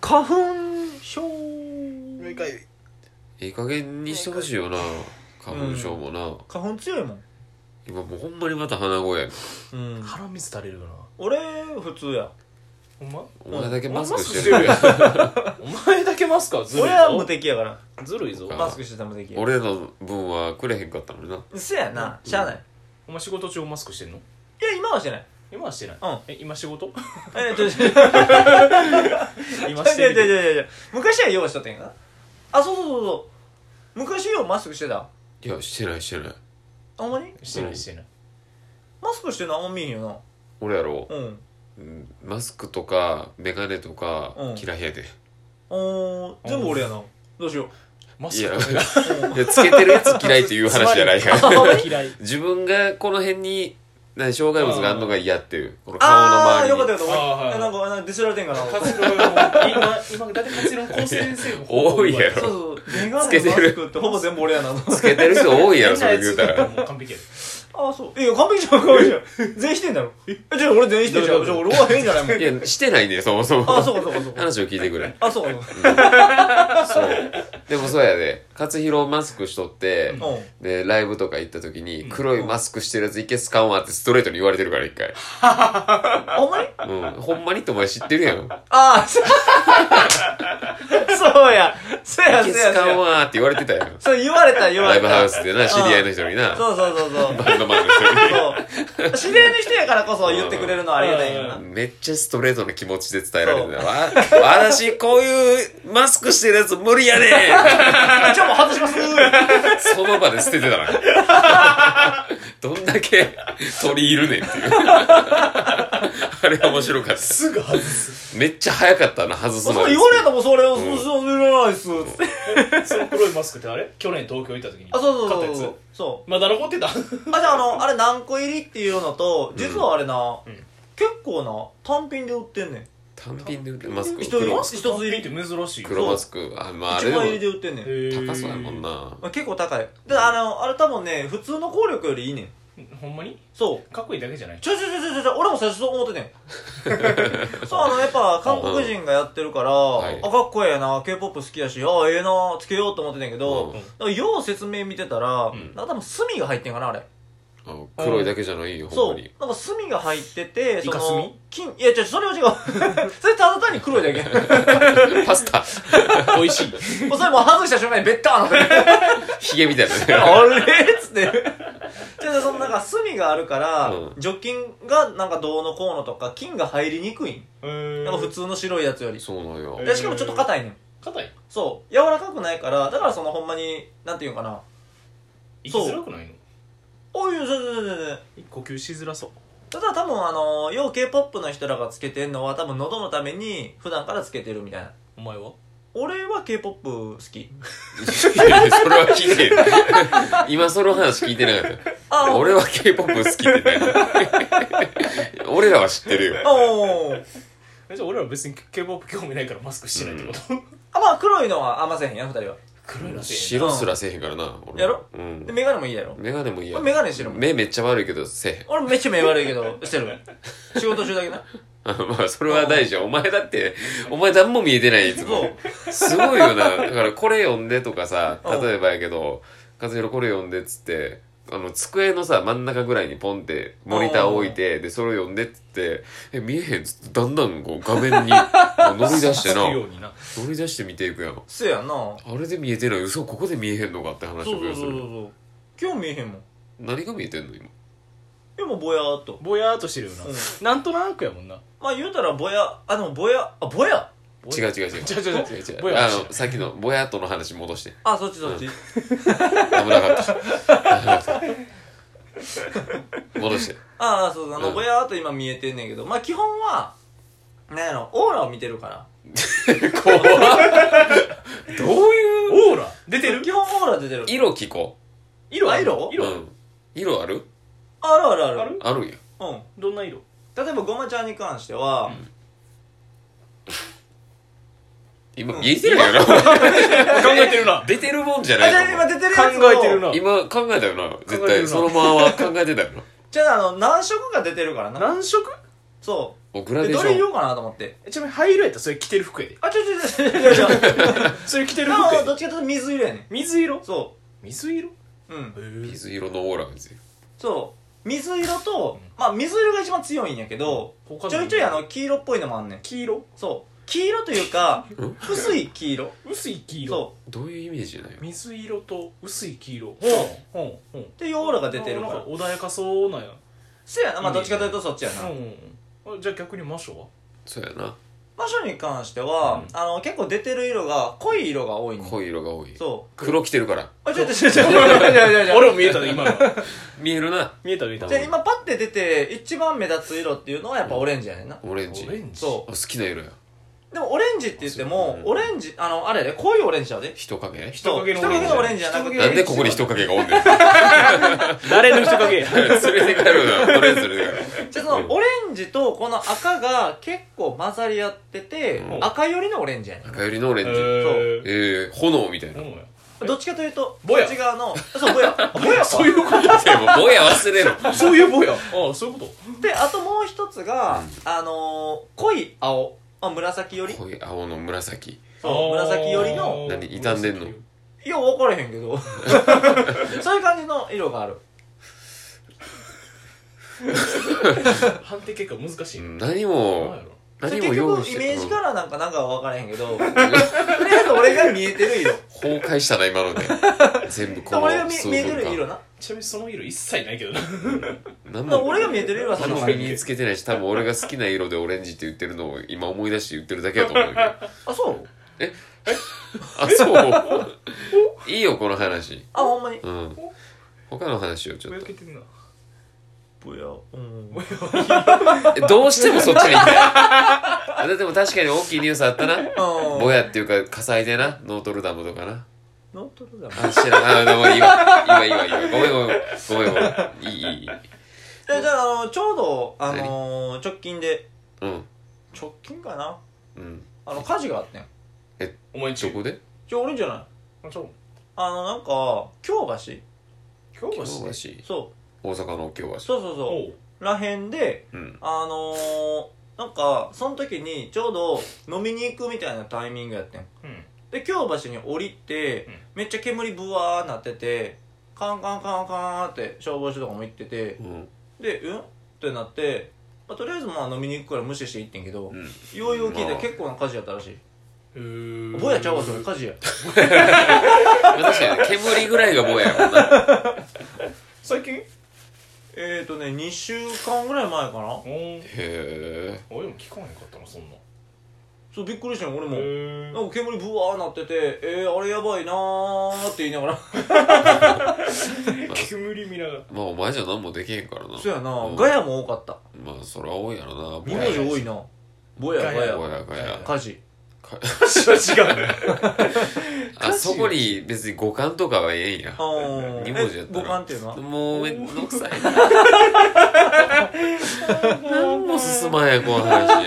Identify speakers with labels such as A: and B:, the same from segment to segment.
A: 花粉症
B: 毎回
C: いい加減にしてほしいよな花粉症もな、
A: 花粉強いもん、
C: 今もうほんまにまた鼻声や
A: うん、
B: 鼻水垂れるよな
A: 俺普通や
B: ほんま
C: お前だけ
B: うん
C: マスクしてるやん
B: お前だけマスクはずるい
A: 俺
B: ぞ
A: は無敵やから
B: ずるいぞ
C: あ
A: マスクしてたら無敵や
C: 俺の分はくれへんかったのにな
A: せやなしゃあない、
B: お前仕事中マスクしてんの
A: いや今はしてない
B: 今はしてない、
A: うん
B: え今仕事
A: えちょちょちょ
B: 今
A: ちょ
B: し
A: ちょ
B: て
A: ちょ
B: る
A: ちょ昔は用意しとったんやなあそうそうそうそう昔ようマスクしてたあ
C: いやしてないしてない
A: ほんまに
B: してな
C: うん
B: いしてない
A: マスクしてるのあんま見えへんよ
C: 俺やろ
A: なうん
C: うんマスクとか眼鏡とか
A: うん
C: 嫌いやで、
A: おー全部俺やなどうしよう
B: マ
C: い
B: ス
C: や
B: クが
C: いやつけてるやつ嫌いっていう話じゃないか
B: つま
C: ら
B: りマスク嫌い
C: 自分がこの辺に何障害物があるのが嫌っていうこの顔の
A: ああー
C: 周
A: よ
C: り
A: かった
C: に
A: よかっ
B: あーはい
A: たえなんかなんかディスられてんかな そ
B: カ
A: う
B: ツロ今今だってカツロ構成先生の方
C: 多いやろ
A: そうメガ
C: つ
A: ネ
C: け
A: マ
C: てる
A: スクってほぼ全部俺やな
C: つけてる人多いやろそれ言うた
B: 変なやつ
C: ら
B: もう完璧や
A: ああそういや完璧じゃん完璧じゃん全員してんだろえじゃあ俺全員してんじゃんじゃあ俺終わへんじゃないもん
C: いやしてないねそもそ も
A: ああそうかそうかそうか
C: 話を聞いてくれ
A: あそうかそう か
C: そうでもそうやで勝弘マスクしとって、
A: うん
C: でライブとか行った時に黒いマスクしてるやついけすかんわってストレートに言われてるから一 回、
A: あほんまに
C: うん、ほんまにってお前知ってるやんい
A: ああ、そう そうや。そうや、そう
C: け
A: や、そ
C: す
A: う
C: かん
A: や。
C: わって言われてたやん
A: そう言われた、言わ
C: ラ
A: れ
C: イ
A: た。
C: ブハウスでな知り合いの人にな
A: そうそうそうそう。
C: バンドマンの人に
A: そう。知り合いの人やからこそ言ってくれるのはありがたいよな。
C: めっちゃストレートな気持ちで伝えられてたわ。私、こういうマスクしてるやつ無理やねん
A: あ、じゃあもう外 します
C: その場で捨ててたな。 どんだけ鳥いるねんっていう。あれ面白かった。
B: すぐ外す
C: めっちゃ早かったな、外す
A: そう
C: の。
A: 言われたもん、それを、そう、そう、いらないっす。つって
B: その黒いマスクってあれ去年東京行った時に
A: あ、そうそう
B: 買
A: そう
B: った
A: そ
B: や
A: う。そ
B: つまだ残ってた
A: う。あ、じゃああの、あれ何個入りっていうのと、実はあれな
B: うん、
A: 結構な、単品で売ってんねん。
C: 単品で売ってマスク。
A: 一人
C: 黒
A: 一つ入り
B: って珍しい
C: 黒マスク。あ、まああれ
A: 一
C: でも
A: 枚入りで売ってんねん。
C: 高そうやもんな。
A: まあ結構高い。で、あの、あれ多分ね、普通の効力よりいいねん。
B: ほんまに
A: そう。
B: かっこいいだけじゃない
A: ちょちょちょちょちょ俺も最初そう思って てんそうあのやっぱ韓国人がやってるから、
C: い
A: あかっこええな k p o p 好きやしあええなつけようと思ってたんやけど、
C: うん
A: なんかよう説明見てたら、
B: ん
A: なんか多分炭が入ってんかなあれ
C: あ黒いだけじゃないよ、ほ
A: そ
C: ん
A: う
C: まに。
A: なんか炭が入っててそ
B: イカ炭
A: の金いや違うそれは違う それただ単に黒いだけ
C: パスタ、
B: 美味しい
A: もうそれもう外した瞬間にベッターなって
C: ヒゲみたいな ね。
A: あれっつってじゃそのなんか炭があるから、
C: うん
A: 除菌がなんかどうのこうのとか菌が入りにくいんなんか普
B: 普
A: 通の白いやつより
C: そうなんよ。
A: でしかもちょっと硬いねん
B: 硬い
A: そう柔らかくないからだからそのほんまになんていうのかな
B: 生き
A: そう
B: づらくないの
A: おいそうそうそうそう
B: 呼吸しづらそう
A: ただ多分あの要 k p o p の人らがつけてんのは多分喉のために普段からつけてるみたいな
B: お前は
A: 俺は k p o p 好 き
C: いやいやそれは聞いてる。今その話聞いてなかった。
A: あ
C: 俺は K-POP 好きってね。俺らは知ってるよ。
A: おー
B: えじゃあ俺ら別に K-POP 興味ないからマスクしてないってこと、
A: あまあ黒いのはあんませへんや二人は
B: 黒いなせい
C: 白すらせえへんからな。俺
A: やろ
C: うん
A: で。メガネもいいやろ
C: メガネもいいや。
A: 俺メガネしてるもん
C: 目めっちゃ悪いけどせえへん。
A: 俺めっちゃ目悪いけどしてる仕事中だけな
C: あまあ、それは大事よ。お前だって、お前何も見えてないいつ
A: そ
C: も
A: う。
C: すごいよな。だからこれ読んでとかさ、
A: うん
C: 例えばやけど、和弘これ読んでっつって、あの、机のさ、真ん中ぐらいにポンって、モニター置いて、で、それを読んでっつって、え、見えへんっつって、だんだんこう画面 に乗り出してな
B: つく、ようにな
C: 乗り出して見ていくやん。
A: せやんなそ
C: あれで見えてない、嘘、ここで見えへんのかって話を
A: うそうそう
C: す
A: そう
C: る。
A: そう今日見えへんもん
C: 何が見えてんの今。
A: でもぼやーっと
B: ぼやーっとしてるよな、
A: うん
B: なんとなくやもんな
A: まあ言うたらぼやあでもぼやあぼや
C: 違う違う違う。
B: 違う違う
C: 違う違
B: ぼ
C: う。
B: や
C: あ
B: っとして
C: の、さっきのぼやっとの話戻して。
A: あそっちそっち
C: 危なかった。戻して。
A: ああそうそうあの、
C: うん
A: ぼやーっと今見えてんねんけどまあ基本はなんやろオーラを見てるから
C: 怖っどういう
B: オーラ出てる
A: 基本オーラ出てる
C: 色聞こ
B: 色ある
A: 色
C: う。う
B: 色ある
C: ん。色ある
A: あるあるある
B: ある
C: あるんや。
A: うん
B: どんな色
A: 例えばごまちゃんに関しては、
C: 今
A: うん
C: 見えてるやろ
B: 考えてるな
C: 出てるもんじゃな
A: あじゃあ
C: い
A: 今
C: の
A: 出てるやつを
B: 考えてるな
C: 今考えたよな。絶
B: 考えてる
C: 対。
B: な
C: そのまま考えてたよな。
A: じゃああの何色が出てるからな
B: 何色
A: そ
C: こうグラ
A: え
C: デー
A: ど
C: シ
A: れ言
C: ョ
A: おうかなと思って
B: えちなみに灰色やったらそれ着てる服やで
A: あちょちょちょちょちょちょ
B: それ着て
A: で
B: る服や
A: もど
B: で
A: っちかというと水色やね
B: 水色
A: んそ
B: 水色
A: ううん
C: ン水色のオーラがですよ
A: そう水色と、まあ水色が一番強いんやけど
B: 他の
A: ちょいちょいあの黄色っぽいのもあんねん
B: 黄色
A: そう黄色というか
C: ん
A: 薄い黄色
B: 薄い黄色
A: そ
C: どういうイメージなんや
B: 水色と薄い黄色ほんほん
A: うっていうオーラが出てるか
B: なん
A: ら
B: 穏やかそうなんや
A: そうやなまあどっちかというとそっちやな
B: うんあじゃあ逆に魔女は
C: そうやな
A: 魔女に関しては、
B: う
A: あの結構出てる色が濃い色が多いねん
C: 濃い色が多い
A: そう
C: 黒着てるから
A: あちょっとちょっとちょっとちょっとち ょっと
B: 俺も見えたね今のは
C: 見えるな
B: 見えた見えた
A: じゃあ今パッて出て一番目立つ色っていうのはやっぱオレンジやねんな、
C: オレンジ
B: オレン
C: あ
B: ジ
A: そ
C: 好きな色や
A: うでもオレンジって言って
C: あそう
A: も
C: ね
A: オレンジあのあれやで濃いオレンジやで
C: 人影
A: 人影のオレンジじゃなくて
C: なんでここに人影がおんねん
B: 誰の人 影や
C: 連れて帰るなとりあえず連れて帰る
A: じゃあそのオレンジとこの赤が結構混ざり合ってて、
C: うん
A: 赤寄りのオレンジやねん
C: 赤寄りのオレンジ
B: えー
C: えー、炎みたいな
B: ほん
C: でも
B: まや
A: どっちかというと
B: ぼや
A: こっち側のそうぼや ぼや
B: そういうこと
C: ぼや忘れろ
B: そういうぼやああそういうこ
A: であともう一つが、あのー、濃い青、まあ、紫寄り
C: 濃い青の紫
A: そう
B: と
A: 紫寄りの
C: 何傷んでんの
A: いや分からへんけ どそういう感じの色がある
B: 判定結果難し
C: う
B: いなん
C: 何
B: 何
C: も
B: やろ
A: それ
C: 何も
A: 結
C: 用意
A: 局
C: し
A: イ
C: て
A: メージカラーなんかなんかは分からへんけどとりあえず俺が見 えてる色
C: うん崩壊したな今ので全部この
A: 俺が見見えてる色
C: か
A: な
B: ちなみにその色一切ないけどな
C: 何
A: だから
C: も
A: 俺が見えてる色はそ
C: 何
A: の
C: も身につけてないし多分俺が好きな色でオレンジって言ってるのを今思い出して言ってるだけやと思うけど
A: あそう
C: あそういいよこの話
A: あほんまに
C: うん他の話をちょ
B: ぼ
C: っ
B: や
C: と
B: けてんな
A: ぼやうん
C: えどうしてもそっちに行きたいでも確かに大きいニュースあったなぼやっていうか火災でなノートルダムとかな
A: ノートルダム
C: あ知らんあでもいいわいいわいいわいいわごめんごめんごめんごめんいいいいい
A: で
C: い
A: じゃああのちょうどあのー直近で
C: うん
A: 直近かな
C: うん
A: あの火事があってん
B: お前ん
C: そ
B: ち
C: こで
A: じゃあ俺んじゃない
B: あそう
A: あのなんか京橋
B: 今日
C: 京
B: は
C: 橋
A: そ
C: 大阪の京
A: う
C: 橋
A: そうそうそ
B: おう
A: うらへんで
C: うん
A: あのー、なんかその時にちょうど飲みに行くみたいなタイミングやってん
B: うん
A: で京橋に降りて、
B: うん
A: めっちゃ煙ブワーなっててカンカンカンカンって消防署とかも行ってて
C: うん
A: でうんってなって、まあ、とりあえずまあ飲みに行くから無視して行ってんけど、
C: うん
A: ようよう聞いたら
C: まあ
A: 結構な火事やったらしい、
B: へー
A: ぼやちゃうわそれ火事や
C: まあ確かに煙ぐらいがぼややもんな
B: 最近
A: えーとね2週間ぐらい前かな
B: おー
C: へ
B: あでも聞かへんかったなそんな
A: そうびっくりしたよ俺も、
B: へ
A: なんか煙ブワーなっててえー、あれやばいなーって言いながら
B: え煙見ながら
C: えまあお前じゃ何もできへんからな
A: そうやな、
C: ん
A: ガヤも多かった
C: まあそれは多いやろなぼ
A: 名
C: や
B: や
A: 字多いなぼや
B: ガ
A: ガヤ
C: ぼやぼや
A: 火事
B: 違うね
C: あそこに別に五感とかはええんや
A: あー
C: 二文字やった
A: え
C: ら
A: 五感っていうのは
C: もうめんどくさい な何も進まへんこの話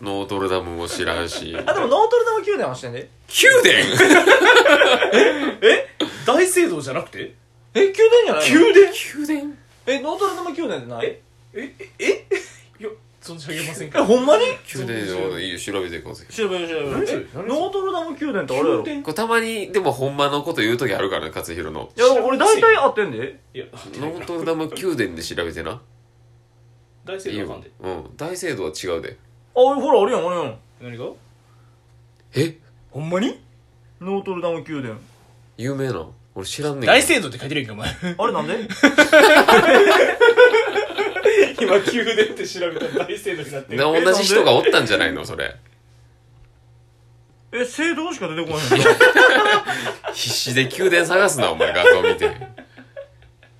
C: ノートルダムも知らんし
A: あでもノートルダム宮殿はしてんで
C: 宮殿
B: 大聖堂じゃなくて
A: え宮殿じゃないの
B: 宮殿
C: 宮殿
A: えノートルダム宮殿ってない
B: えええいや存じ上げません
A: え
B: か
A: ほんまに
C: 宮殿のこといいよ調べていこうぜ
A: 調べる調べ
B: 何
A: る
B: そ
A: え
B: れ何それ
A: ノートルダム宮殿ってあれやろ
B: 宮
C: これたまにでもほんまのこと言う時あるからね勝弘の
A: いや俺大体合ってんで
B: いや
C: ノートルダム宮殿で調べてな
B: 大聖
C: いい
B: 堂わか
C: よ
B: んで、
C: うん、大聖堂は違うで
A: あほらあるやんあるやん
B: 何が
C: え
B: ほんまに
A: ノートルダム宮殿
C: 有名なん俺知らんねんけど
B: 大聖堂って書いてるやんかお前
A: あれなんで
B: 今宮殿って調べたら大聖堂になって
C: な同じ人がおったんじゃないのそれ
A: え聖堂しか出てこ ないんだ
C: 必死で宮殿探すなお前画像見て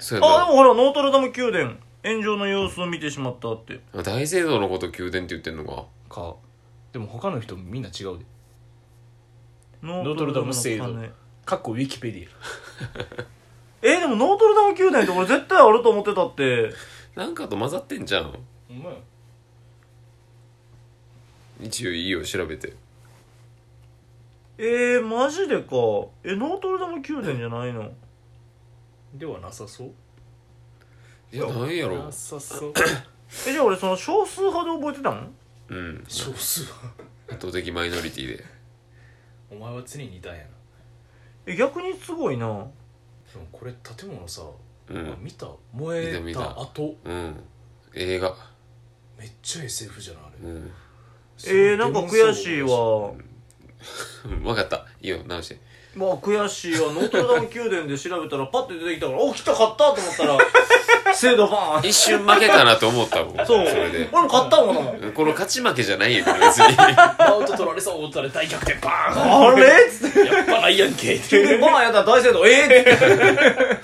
C: そうや
A: あ
C: な
A: でもほらノートルダム宮殿炎上の様子を見てしまったって
C: 大聖堂のこと宮殿って言ってんのか
B: かでも他の人みんな違うで
A: ノ
B: ートルダム聖堂
A: ートルダムの鐘
B: かっこウィキペディ
A: えでもノートルダム宮殿って俺絶対あると思ってたって
C: なんかと混ざってんじゃん
B: アほんまや
C: 一応いいよ調べて
A: えー、マジでかえノートルダム宮殿じゃないの
B: ではなさそう
C: いやなんやろ
B: なさそう
A: えじゃあ俺その少数派で覚えてたの
C: うん
B: 少数は
C: 圧倒的マイノリティで
B: お前は常にいたんやな
A: え逆にすごいな
B: でもこれ建物さ、
C: うん
B: 見た燃え
C: 見た見
B: た
C: た
B: 後
C: うん映画
B: めっちゃ SF じゃないあれ、
C: うん
A: えー、なんか悔しいわ
C: 分かったいいよ直して
A: まあ悔しいわノートルダム宮殿で調べたらパッて出てきたから「お来た買った!」と思った ら精度バーン
C: 一瞬負けかなと思ったもん
A: そう
C: れで
A: 俺も買ったもん
C: この勝ち負けじゃないよ別に
B: アウト取られそう思ったら大逆転バーン
A: あれっつって
B: やっぱないや んけって
A: 急にバーンやったら大精度ええって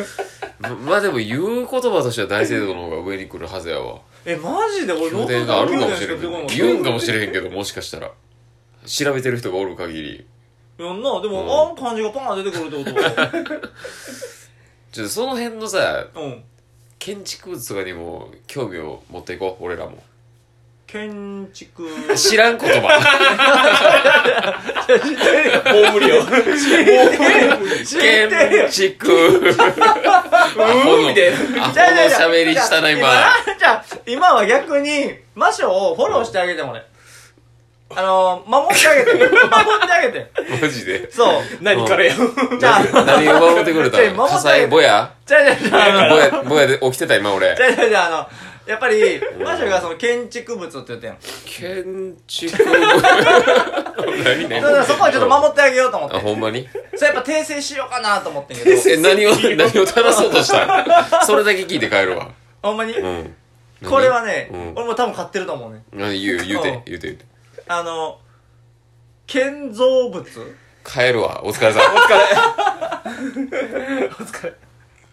C: ままあでも言う言葉としては大聖堂の方が上に来るはずやわ
A: えマジで俺ノート
C: 宮殿
A: ル
C: が
A: ダ
C: あ
A: ム
C: るか
A: 宮
C: も
A: 殿しか出てこなかっ
C: しれん
A: た
C: 言うんかもしれへんけどもしかしたら調べてる人がおる限り
A: やんなでも、
C: うん
A: あの感じがパーン出てくるってことは
C: ちょっとその辺のさ
A: うん
C: 建築物とかにも興味を持っていこう俺らも
A: 建築
C: 知らん言葉
B: もう無理よもう無 理
A: 知って
C: 建
A: るよ
C: 築うーみたいなアホの喋りしたな今
A: じゃあ今は逆に魔性をフォローしてあげてもねあのー、守ってあげ て守ってあげて
C: マジで
A: そう
B: 何からや
A: じゃあ
C: 何を守ってくれた
A: ちょ
C: の
A: 守って
C: 火災ぼや
A: じゃあじゃあじゃああの
C: ぼやぼやで起きてた今俺
A: じゃあじゃあじゃああのやっぱり魔性がその建築物って言ってん
C: 建 築何
A: だからそこはちょっと
C: っ
A: 守ってあげようと思っ
C: あほ
A: て
C: んまに
A: それやっぱ訂正しようかなと思ってんけど
C: え 何を何を垂らそうとしたんそれだけ聞いて帰るわ
A: ほんまに
C: うん
A: これはね
C: うん
A: 俺も多分買ってると思うね
C: 何言う言
A: う
C: う
A: ん
C: て言うて言うて
A: あの建造物
C: 帰るわお疲れさん
B: お疲れ